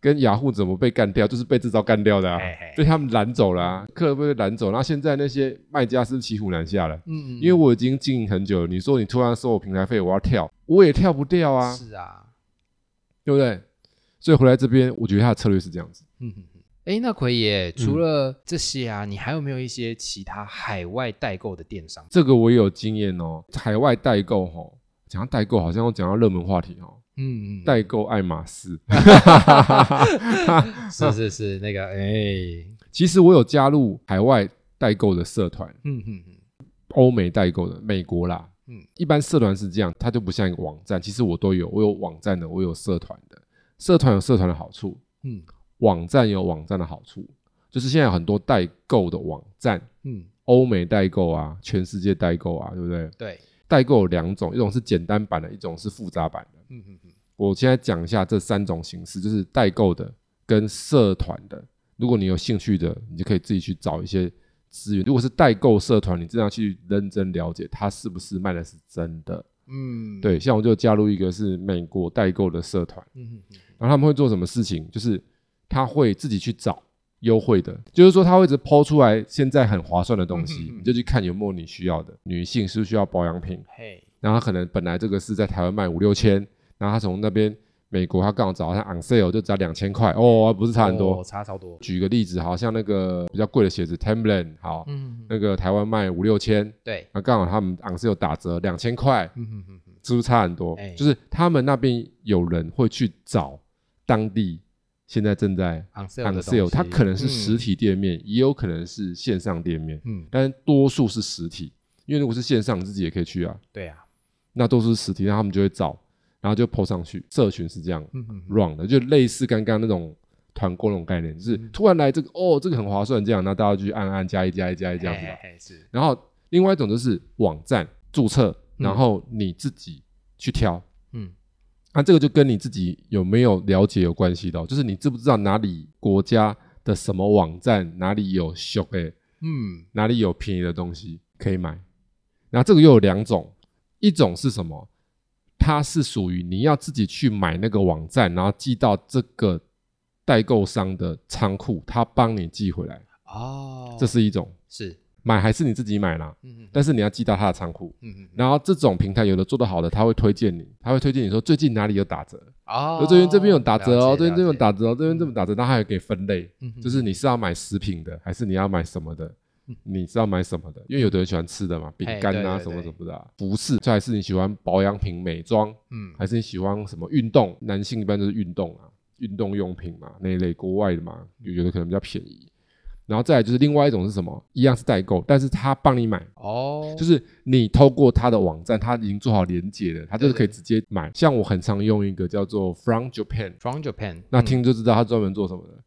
Speaker 2: 跟雅虎怎么被干掉？就是被这招干掉的啊
Speaker 1: 嘿嘿，
Speaker 2: 被他们拦走了、啊，客人被拦走，然后现在那些卖家是不是骑虎难下了？
Speaker 1: 嗯，嗯
Speaker 2: 因为我已经经营很久了，你说你突然收我平台费，我要跳，我也跳不掉啊。
Speaker 1: 是啊，
Speaker 2: 对不对？所以回来这边，我觉得他的策略是这样子。
Speaker 1: 嗯嗯嗯。哎，那奎爷，除了这些啊，你还有没有一些其他海外代购的电商？
Speaker 2: 这个我也有经验哦，海外代购哈、讲到代购好像要讲到热门话题哦，
Speaker 1: 嗯嗯，
Speaker 2: 代购爱马仕。
Speaker 1: 是是是，那个，哎，
Speaker 2: 其实我有加入海外代购的社团，
Speaker 1: 嗯嗯嗯，
Speaker 2: 欧美代购的，美国啦。
Speaker 1: 嗯
Speaker 2: 嗯，一般社团是这样，它就不像一个网站。其实我都有，我有网站的，我有社团的。社团有社团的好处，
Speaker 1: 嗯
Speaker 2: 网站有网站的好处，就是现在有很多代购的网站，
Speaker 1: 嗯，
Speaker 2: 欧美代购啊，全世界代购啊，对不对？
Speaker 1: 对，
Speaker 2: 代购有两种，一种是简单版的，一种是复杂版的。
Speaker 1: 嗯嗯嗯，
Speaker 2: 我现在讲一下这三种形式，就是代购的跟社团的。如果你有兴趣的，你就可以自己去找一些资源。如果是代购社团，你真的要去认真了解它是不是卖的是真的。
Speaker 1: 嗯，
Speaker 2: 对，像我就加入一个是美国代购的社团，
Speaker 1: 嗯，嗯嗯
Speaker 2: 然后他们会做什么事情？就是他会自己去找优惠的，就是说他会一直抛出来现在很划算的东西，
Speaker 1: 嗯哼嗯
Speaker 2: 你就去看有没有你需要的。女性是不是需要保养品，
Speaker 1: 嘿，
Speaker 2: 然后他可能本来这个是在台湾卖五六千，然后他从那边美国他刚好找到他 on sale 就只要两千块，哦，不是差很多。
Speaker 1: 哦差超多。
Speaker 2: 举个例子，好像那个比较贵的鞋子 Timberland，好，
Speaker 1: 嗯，
Speaker 2: 那个台湾卖五六千，
Speaker 1: 对，
Speaker 2: 那刚好他们 on sale 打折两千块，
Speaker 1: 嗯嗯嗯嗯，
Speaker 2: 是不是差很多？
Speaker 1: 哎
Speaker 2: 就是他们那边有人会去找当地现在正在
Speaker 1: 昂 sale
Speaker 2: on
Speaker 1: 的东
Speaker 2: sale，
Speaker 1: 西
Speaker 2: 它可能是实
Speaker 1: 嗯
Speaker 2: 体店面，也有可能是线上店面，
Speaker 1: 嗯，
Speaker 2: 但多数是实体，因为如果是线上，你自己也可以去啊。
Speaker 1: 对啊，
Speaker 2: 那都是实体，那他们就会找，然后就 PO 上去。社群是这样
Speaker 1: 嗯嗯嗯
Speaker 2: run 的，就类似刚刚那种团购那种概念，就是突然来这个哦，这个很划算，这样，那大家就去按按加一加一加一这样子
Speaker 1: 嘿
Speaker 2: 吧。
Speaker 1: 嘿嘿是，
Speaker 2: 然后另外一种就是网站注册，
Speaker 1: 嗯
Speaker 2: 然后你自己去挑，
Speaker 1: 嗯
Speaker 2: 那、这个就跟你自己有没有了解有关系的哦、就是你知不知道哪里国家的什么网站哪里有哎秀诶，
Speaker 1: 嗯，
Speaker 2: 哪里有便宜的东西可以买。然后这个又有两种，一种是什么？它是属于你要自己去买那个网站，然后寄到这个代购商的仓库，他帮你寄回来，
Speaker 1: 哦，
Speaker 2: 这是一种
Speaker 1: 是，
Speaker 2: 买还是你自己买啦？
Speaker 1: 嗯嗯嗯
Speaker 2: 但是你要寄到他的仓库。
Speaker 1: 嗯嗯，
Speaker 2: 然后这种平台有的做得好的，他会推荐你，他会推荐你说最近哪里有打折，
Speaker 1: 哦，
Speaker 2: 最近这边有打折
Speaker 1: 了
Speaker 2: 哦，
Speaker 1: 解
Speaker 2: 最近这边有，
Speaker 1: 了
Speaker 2: 打折哦，这边这边打折，那还有给分类，
Speaker 1: 解嗯嗯
Speaker 2: 就是你是要买食品的，还是你要买什么的
Speaker 1: 嗯？
Speaker 2: 你是要买什么的？因为有的人喜欢吃的嘛，饼
Speaker 1: 哎
Speaker 2: 干
Speaker 1: 对
Speaker 2: 啊
Speaker 1: 对
Speaker 2: 什
Speaker 1: 对
Speaker 2: 么什么的啊、服饰，再来是你喜欢保养品、美妆，
Speaker 1: 嗯
Speaker 2: 还是你喜欢什么运动？男性一般就是运动啊，运动用品嘛那一类，国外的嘛，有
Speaker 1: 嗯
Speaker 2: 有的可能比较便宜。然后再来就是另外一种是什么？一样是代购，但是他帮你买，
Speaker 1: 哦，
Speaker 2: 就是是你透过他的网站，他已经做好连接了，他就是
Speaker 1: 对对
Speaker 2: 可以直接买。像我很常用一个叫做 From Japan，
Speaker 1: from Japan，
Speaker 2: 那
Speaker 1: 嗯
Speaker 2: 听就知道他专门做什么的。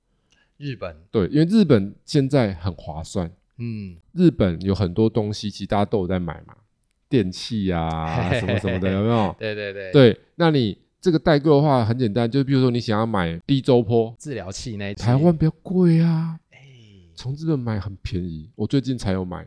Speaker 1: 日本，
Speaker 2: 对，因为日本现在很划算，
Speaker 1: 嗯
Speaker 2: 日本有很多东西其实大家都有在买嘛，电器啊
Speaker 1: 嘿嘿嘿
Speaker 2: 什么什么的，有没有？
Speaker 1: 对对对，
Speaker 2: 对，那你这个代购的话很简单，就比如说你想要买低周坡，
Speaker 1: 治疗器那一期
Speaker 2: 台湾比较贵啊，
Speaker 1: 哎
Speaker 2: 从日本买很便宜。我最近才有买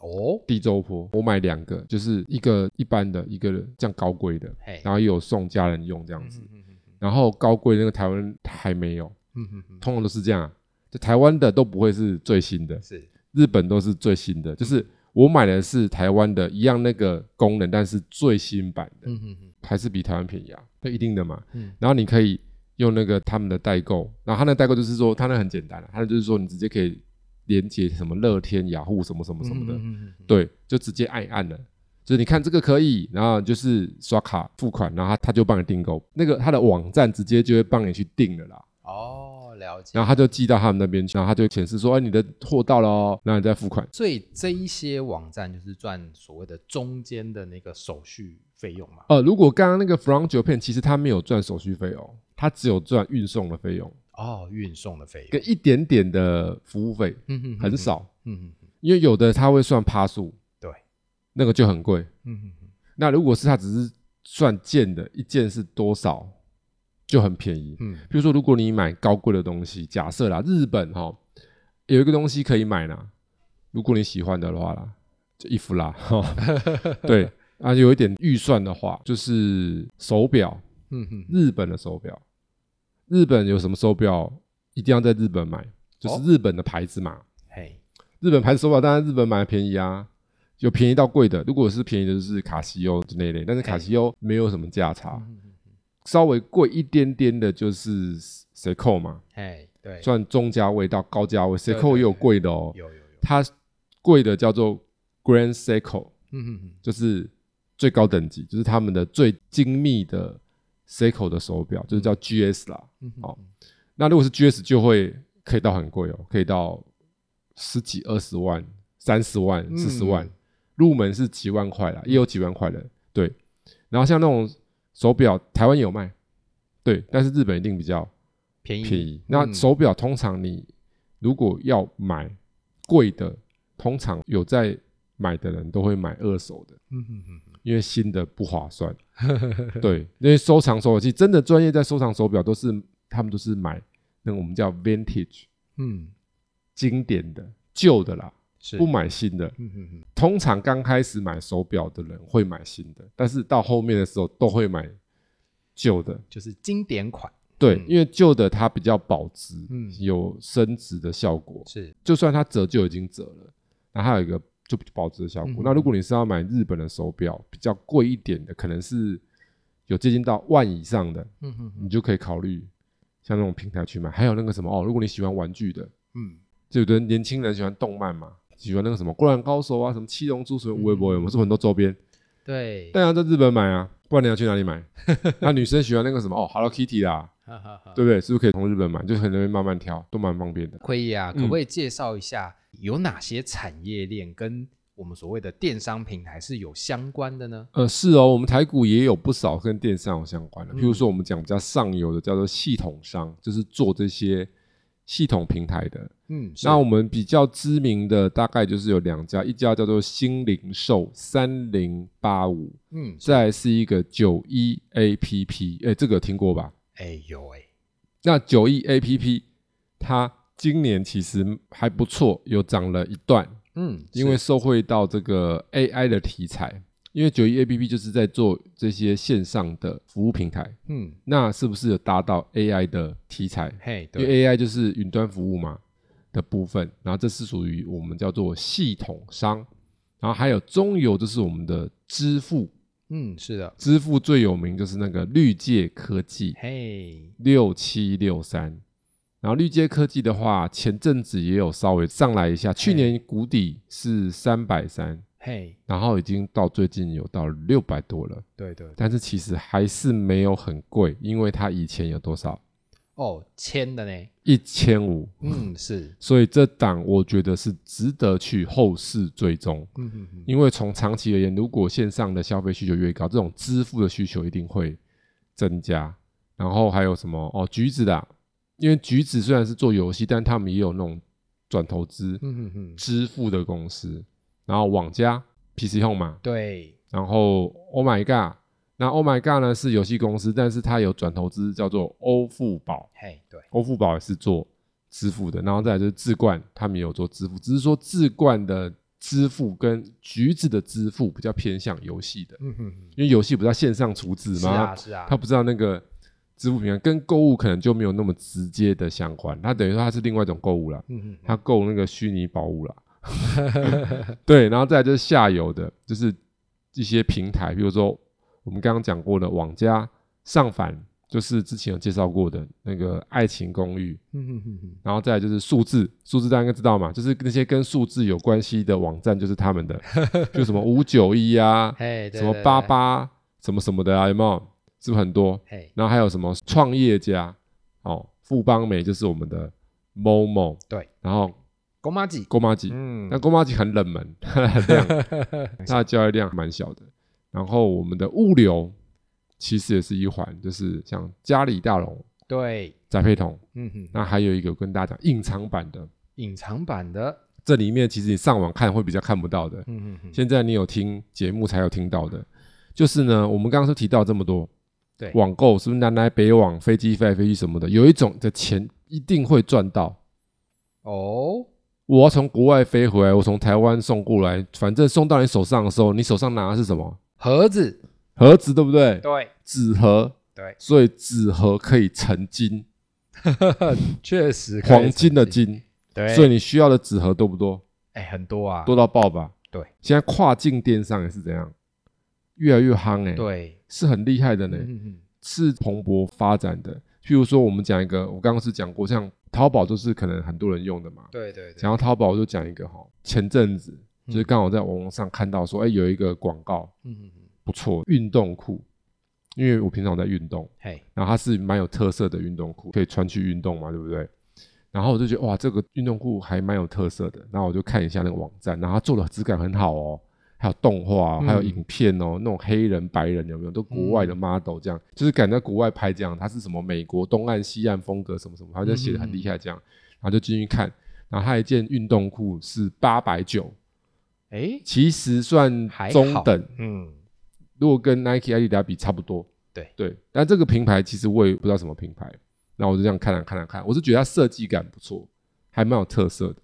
Speaker 1: 哦，
Speaker 2: 低周坡，我买两个，就是一个一般的，一个这样高规的，
Speaker 1: 嘿，
Speaker 2: 然后也有送家人用这样子。
Speaker 1: 嗯嗯嗯嗯
Speaker 2: 然后高贵那个台湾还没有，
Speaker 1: 嗯嗯嗯嗯，
Speaker 2: 通常都是这样、啊，就台湾的都不会是最新的，
Speaker 1: 是，
Speaker 2: 日本都是最新
Speaker 1: 嗯
Speaker 2: 的，就是我买的是台湾的一样那个功能，但是最新版的，
Speaker 1: 嗯嗯嗯
Speaker 2: 还是比台湾便宜啊，那一定的嘛。
Speaker 1: 嗯
Speaker 2: 然后你可以用那个他们的代购，然后他那代购就是说，他那很简单啊，他就是说你直接可以连接什么乐天、雅虎什么什么什么的，
Speaker 1: 嗯嗯嗯
Speaker 2: 对，就直接按一按了。就是你看这个可以，然后就是刷卡付款，然后他他就帮你订购，那个他的网站直接就会帮你去订了啦。
Speaker 1: 哦，了解。
Speaker 2: 然后他就寄到他们那边去，然后他就显示说，哎，你的货到了哦，然后你再付款。
Speaker 1: 所以这一些网站就是赚所谓的中间的那个手续费用嘛。
Speaker 2: 呃，如果刚刚那个 From Japan，其实他没有赚手续费用，他只有赚运送的费用
Speaker 1: 哦，运送的费用，
Speaker 2: 跟一点点的服务费，
Speaker 1: 嗯哼
Speaker 2: 很，少，
Speaker 1: 嗯哼，
Speaker 2: 因为有的他会算趴数，
Speaker 1: 对，
Speaker 2: 那个就很贵。
Speaker 1: 嗯哼哼，
Speaker 2: 那如果是他只是算件的，一件是多少，就很便宜。
Speaker 1: 嗯
Speaker 2: 比如说，如果你买高贵的东西，假设啦，日本哈有一个东西可以买啦，如果你喜欢的话啦，就衣服啦，
Speaker 1: *laughs*
Speaker 2: 哈，对啊，有一点预算的话，就是手表，
Speaker 1: 嗯哼，
Speaker 2: 日本的手表，日本有什么手表一定要在日本买，就是
Speaker 1: 哦
Speaker 2: 日本的牌子嘛，
Speaker 1: 嘿，
Speaker 2: 日本牌子手表当然日本买的便宜啊。有便宜到贵的，如果是便宜的，就是卡西欧那一类，
Speaker 1: 哎
Speaker 2: 但是卡西欧没有什么价差，
Speaker 1: 嗯哼哼
Speaker 2: 稍微贵一点点的就是谁扣嘛，
Speaker 1: 嘿，对，
Speaker 2: 算中价位到高价位
Speaker 1: 哎对对
Speaker 2: ，Seiko 也有贵的哦。
Speaker 1: 有有有，
Speaker 2: 它贵的叫做 Grand Seiko，
Speaker 1: 嗯哼哼，
Speaker 2: 就是最高等级，就是他们的最精密的 Seiko 的手表，就是叫 GS 啦。
Speaker 1: 嗯哼
Speaker 2: 好
Speaker 1: 哼，
Speaker 2: 那如果是 GS 就会可以到很贵哦，可以到十几、二十万、三十万、
Speaker 1: 嗯
Speaker 2: 四十万，入门是几万块啦，也有几万块的。对，然后像那种手表，台湾也有卖，对，但是日本一定比较
Speaker 1: 便宜
Speaker 2: 便宜。那
Speaker 1: 嗯
Speaker 2: 手表通常你如果要买贵的，通常有在买的人都会买二手的，
Speaker 1: 嗯哼哼哼，
Speaker 2: 因为新的不划算。 *laughs* 对，因为收藏手表，其实真的专业在收藏手表都是他们都是买那个我们叫 vintage
Speaker 1: 嗯，
Speaker 2: 经典的旧的啦，
Speaker 1: 是
Speaker 2: 不买新的。
Speaker 1: 嗯嗯嗯，
Speaker 2: 通常刚开始买手表的人会买新的，但是到后面的时候都会买旧的。
Speaker 1: 就是经典款，
Speaker 2: 对，
Speaker 1: 嗯
Speaker 2: 因为旧的它比较保值，
Speaker 1: 嗯
Speaker 2: 有升值的效果。
Speaker 1: 是
Speaker 2: 就算它折旧已经折了，那它有一个就保值的效果。
Speaker 1: 嗯
Speaker 2: 那如果你是要买日本的手表，比较贵一点的，可能是有接近到万以上的，
Speaker 1: 嗯嗯
Speaker 2: 你就可以考虑像那种平台去买。还有那个什么哦，如果你喜欢玩具的，
Speaker 1: 嗯
Speaker 2: 就有的年轻人喜欢动漫嘛，喜欢那个什么《灌篮高手》啊，什么《七龙珠》什么微博，我是很多周边，
Speaker 1: 对，
Speaker 2: 当然在日本买啊，不然你要去哪里买？ *laughs* 那女生喜欢那个什么哦，Hello Kitty 啦、
Speaker 1: 哈哈哈。
Speaker 2: 对不对？是不是可以从日本买？就很容易慢慢挑，都蛮方便的。
Speaker 1: 奎爷啊，
Speaker 2: 嗯
Speaker 1: 可不可以介绍一下有哪些产业链跟我们所谓的电商平台是有相关的呢？
Speaker 2: 呃，是哦，我们台股也有不少跟电商有相关的，
Speaker 1: 嗯
Speaker 2: 譬如说我们讲比较上游的叫做系统商，就是做这些系统平台的。
Speaker 1: 嗯，是
Speaker 2: 那我们比较知名的大概就是有两家，一家叫做新零售三零八五，
Speaker 1: 嗯，
Speaker 2: 再来是一个九一 APP，哎，这个有听过吧？
Speaker 1: 哎有哎，
Speaker 2: 那九亿 A P P 它今年其实还不错，有涨了一段，
Speaker 1: 嗯，
Speaker 2: 因为受惠到这个 A I 的题材。因为九亿 A P P 就是在做这些线上的服务平台，
Speaker 1: 嗯，
Speaker 2: 那是不是有搭到 A I 的题材？
Speaker 1: 嘿，
Speaker 2: 因
Speaker 1: 对，
Speaker 2: 为 A I 就是云端服务嘛的部分，然后这是属于我们叫做系统商，然后还有中游就是我们的支付，
Speaker 1: 嗯，是的，
Speaker 2: 支付最有名就是那个绿界科技，
Speaker 1: 嘿，
Speaker 2: 六七六三。然后绿界科技的话，前阵子也有稍微上来一下，去年谷底是三百三，
Speaker 1: 嘿，
Speaker 2: 然后已经到最近有到六百多了，
Speaker 1: 对对，
Speaker 2: 但是其实还是没有很贵，因为它以前有多少
Speaker 1: 哦，签的呢，
Speaker 2: 一千五， *laughs*
Speaker 1: 嗯，是，
Speaker 2: 所以这档我觉得是值得去后市追踪，
Speaker 1: 嗯嗯嗯，
Speaker 2: 因为从长期而言，如果线上的消费需求越高，这种支付的需求一定会增加。然后还有什么哦，橘子啦，因为橘子虽然是做游戏，但他们也有那种转投资、
Speaker 1: 嗯嗯嗯，
Speaker 2: 支付的公司。然后网家 PC Home 嘛，
Speaker 1: 对，
Speaker 2: 然后 Oh My God，那 Oh My God 呢是游戏公司，但是它有转投资叫做欧付宝，
Speaker 1: 嘿，对，
Speaker 2: 欧付宝也是做支付的，然后再来就是智冠，他们也有做支付，只是说智冠的支付跟橘子的支付比较偏向游戏的，
Speaker 1: 嗯嗯嗯，
Speaker 2: 因为游戏不是要线上储值
Speaker 1: 是
Speaker 2: 吗
Speaker 1: 啊？是啊
Speaker 2: 嗯他，不知道那个支付平台跟购物可能就没有那么直接的相关，它等于说它是另外一种购物啦，
Speaker 1: 嗯嗯嗯，
Speaker 2: 它购那个虚拟宝物啦。 *laughs* 对，然后再来就是下游的，就是一些平台，比如说我们刚刚讲过的网家上反，就是之前有介绍过的那个《爱情公寓》，
Speaker 1: 嗯嗯嗯嗯，
Speaker 2: 然后再来就是数字，数字大家应该知道嘛，就是那些跟数字有关系的网站，就是他们的，就什么五九一啊，
Speaker 1: 嘿，对
Speaker 2: 什么
Speaker 1: 对
Speaker 2: 八
Speaker 1: 对
Speaker 2: 八什么什么的啊，有没有？是不是很多？
Speaker 1: 嘿，
Speaker 2: 然后还有什么创业家哦，富邦美就是我们的 Momo，
Speaker 1: 对，
Speaker 2: 然后
Speaker 1: 公妈几，
Speaker 2: 郭妈吉，
Speaker 1: 嗯
Speaker 2: 那，郭妈吉很冷门， *laughs*
Speaker 1: *laughs*
Speaker 2: 很亮，它的交易量蛮小的。然后我们的物流其实也是一环，就是像嘉里大龙、
Speaker 1: 对，
Speaker 2: 宅配桶，
Speaker 1: 嗯嗯，嗯
Speaker 2: 那还有一个跟大家讲隐藏版的，
Speaker 1: 隐藏版的，
Speaker 2: 这里面其实你上网看会比较看不到的，
Speaker 1: 嗯嗯嗯，
Speaker 2: 现在你有听节目才有听到的，就是呢，我们刚刚是提到这么多，
Speaker 1: 对
Speaker 2: 网购是不是南来北往，飞机飞来飞去什么的，有一种的钱一定会赚到。
Speaker 1: 哦，
Speaker 2: 我要从国外飞回来，我从台湾送过来，反正送到你手上的时候，你手上拿的是什么
Speaker 1: 盒子，
Speaker 2: 盒子，对不对？
Speaker 1: 对
Speaker 2: 纸盒，
Speaker 1: 对，
Speaker 2: 所以纸盒可以成金，
Speaker 1: 确实可以
Speaker 2: 黄金的
Speaker 1: 成绩，
Speaker 2: 金，
Speaker 1: 对，
Speaker 2: 所以你需要的纸盒多不多？
Speaker 1: 哎很多啊，
Speaker 2: 多到爆吧？
Speaker 1: 对，
Speaker 2: 现在跨境电商也是怎样，越来越夯哎、
Speaker 1: 对，
Speaker 2: 是很厉害的呢。
Speaker 1: 嗯嗯
Speaker 2: 是蓬勃发展的。譬如说，我们讲一个，我刚刚是讲过，像淘宝都是可能很多人用的嘛。
Speaker 1: 对对对，
Speaker 2: 讲到淘宝，我就讲一个哈，前阵子
Speaker 1: 嗯
Speaker 2: 就是刚好在网络上看到说，哎、有一个广告
Speaker 1: 嗯嗯嗯，
Speaker 2: 不错，运动裤，因为我平常有在运动，
Speaker 1: 嘿，
Speaker 2: 然后它是蛮有特色的运动裤，可以穿去运动嘛，对不对？然后我就觉得哇，这个运动裤还蛮有特色的。然后我就看一下那个网站，然后它做的质感很好哦，还有动画、哦，
Speaker 1: 嗯
Speaker 2: 还有影片哦，那种黑人、白人有没有？都国外的 model 这样，就是敢在国外拍这样，它是什么美国东岸、西岸风格什么什么，它就
Speaker 1: 嗯
Speaker 2: 写的很厉害这样。然后就进去看，然后它一件运动裤是八百九，
Speaker 1: 哎，
Speaker 2: 其实算
Speaker 1: 还
Speaker 2: 中
Speaker 1: 好
Speaker 2: 等，
Speaker 1: 嗯，
Speaker 2: 如果跟 Nike、阿迪达比差不多，
Speaker 1: 对
Speaker 2: 对。但这个品牌其实我也不知道什么品牌，那我就这样看了啊看了看，我是觉得它设计感不错，还蛮有特色的。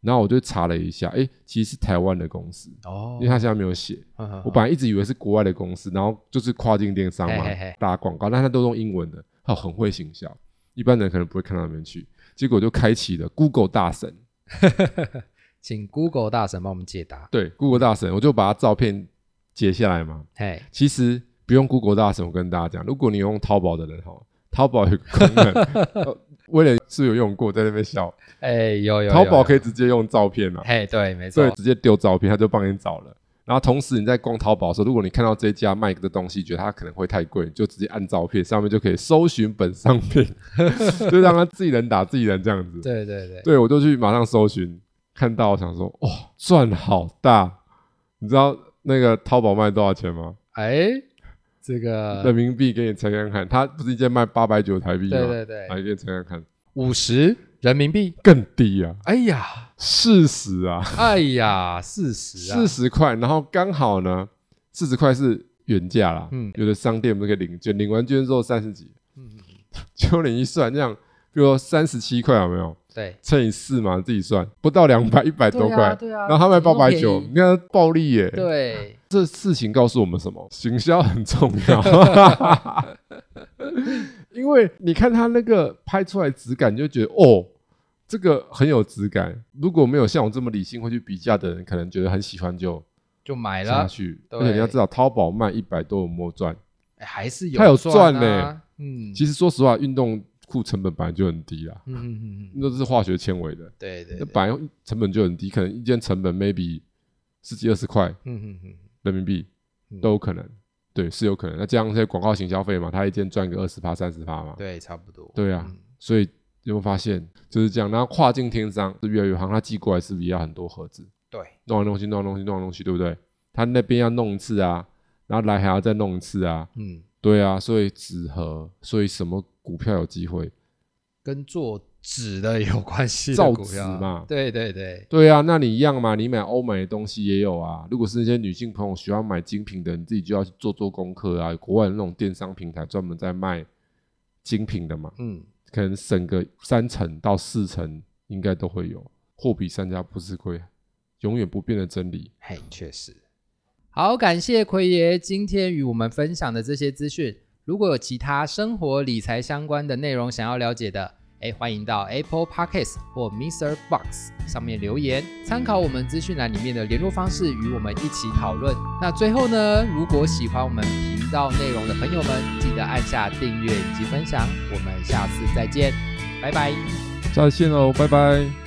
Speaker 2: 然后我就查了一下，哎，其实是台湾的公司，
Speaker 1: 哦嗯
Speaker 2: 因为它现在没有写。我本来一直以为是国外的公司，然后就是跨境电商嘛
Speaker 1: 嘿嘿嘿，
Speaker 2: 打广告，但它都用英文的，它很会行销，一般人可能不会看到那边去。结果就开启了 Google 大神，
Speaker 1: 请 Google 大神帮我们解答。
Speaker 2: 对 Google 大神，我就把它照片截下来嘛。
Speaker 1: 嘿，
Speaker 2: 其实不用 Google 大神，我跟大家讲，如果你用淘宝的人哈，淘宝有个功能， *laughs* 呃威廉是有用过，在那边笑，
Speaker 1: 哎，有有，
Speaker 2: 淘宝可
Speaker 1: 以，
Speaker 2: 以直接用照片嘛，
Speaker 1: 嘿，对，没
Speaker 2: 对，
Speaker 1: 错，
Speaker 2: 直接丢照片，他就帮你找了。然后同时你在逛淘宝的时候，如果你看到这家卖的东西，觉得它可能会太贵，你就直接按照片上面就可以搜寻本商品， *laughs* 就让他自己人打自己人这样子。
Speaker 1: 对对对，
Speaker 2: 对，我就去马上搜寻，看到我想说，哇、赚好大！你知道那个淘宝卖多少钱吗？
Speaker 1: 哎，这个，
Speaker 2: 人民币给你猜看看，它不是一件卖八百九台币吗？
Speaker 1: 对对对
Speaker 2: 来给你猜看看，
Speaker 1: 五十人民币。
Speaker 2: 更低啊，
Speaker 1: 哎呀，
Speaker 2: 四十啊，
Speaker 1: 哎呀，四十啊，
Speaker 2: 四十块，然后刚好呢，四十块是原价啦，
Speaker 1: 嗯
Speaker 2: 有的商店不是可以领券，领完券之后三十几，
Speaker 1: 嗯嗯
Speaker 2: 就你一算，这样，比如说三十七块有没有？
Speaker 1: 对，
Speaker 2: 乘以四嘛，自己算，不到两百，一百多块，
Speaker 1: 对啊，
Speaker 2: 然后他卖
Speaker 1: 怎
Speaker 2: 八
Speaker 1: 么那么
Speaker 2: 百
Speaker 1: 便
Speaker 2: 九，
Speaker 1: 宜
Speaker 2: 你看它暴利耶，
Speaker 1: 对，
Speaker 2: 这事情告诉我们什么？行销很重
Speaker 1: *laughs*
Speaker 2: 要，因为你看他那个拍出来质感，你就觉得哦，这个很有质感。如果没有像我这么理性会去比价的人，可能觉得很喜欢就
Speaker 1: 就买
Speaker 2: 下
Speaker 1: 了，
Speaker 2: 去。
Speaker 1: 对
Speaker 2: 而且你要知道，淘宝卖一百多有摸赚。
Speaker 1: 哎还是
Speaker 2: 他有
Speaker 1: 赚
Speaker 2: 赚
Speaker 1: 呢
Speaker 2: 呢。
Speaker 1: 嗯，
Speaker 2: 其实说实话，运动裤成本本来就很低啦，
Speaker 1: 嗯嗯嗯嗯，
Speaker 2: 那都是化学纤维的，
Speaker 1: 对对，
Speaker 2: 那
Speaker 1: 对
Speaker 2: 本来成本就很低，可能一件成本 maybe 十几二十块，
Speaker 1: 嗯嗯嗯嗯，
Speaker 2: 人民币
Speaker 1: 嗯
Speaker 2: 都有可能，对，是有可能。那这样这些广告型消费嘛，他一件赚个二十趴、三十趴嘛，
Speaker 1: 对，差不多。
Speaker 2: 对啊
Speaker 1: 嗯
Speaker 2: 所以有没有发现就是这样？然后跨境电商是越来越行，他寄过来是不是也要很多盒子？
Speaker 1: 对，
Speaker 2: 弄来弄去，弄来弄去，弄来弄去，对不对？他那边要弄一次啊，然后来还要再弄一次啊，
Speaker 1: 嗯，
Speaker 2: 对啊，所以纸盒，所以什么股票有机会？
Speaker 1: 跟做纸的有关系的
Speaker 2: 造
Speaker 1: 股票啊
Speaker 2: 纸嘛
Speaker 1: 对对对，
Speaker 2: 对啊，那你一样嘛，你买欧美的东西也有啊。如果是那些女性朋友喜欢买精品的，你自己就要去做做功课啊。国外的那种电商平台专门在卖精品的嘛，
Speaker 1: 嗯，
Speaker 2: 可能省个三成到四成应该都会有。货比三家不吃亏，永远不变的真理。
Speaker 1: 嘿，确实。好，感谢奎爷今天与我们分享的这些资讯。如果有其他生活理财相关的内容想要了解的，哎，欢迎到 Apple Podcasts 或 Mr. Box 上面留言，参考我们资讯栏里面的联络方式，与我们一起讨论。那最后呢，如果喜欢我们频道内容的朋友们，记得按下订阅以及分享。我们下次再见，拜拜。
Speaker 2: 下次见喽，拜拜。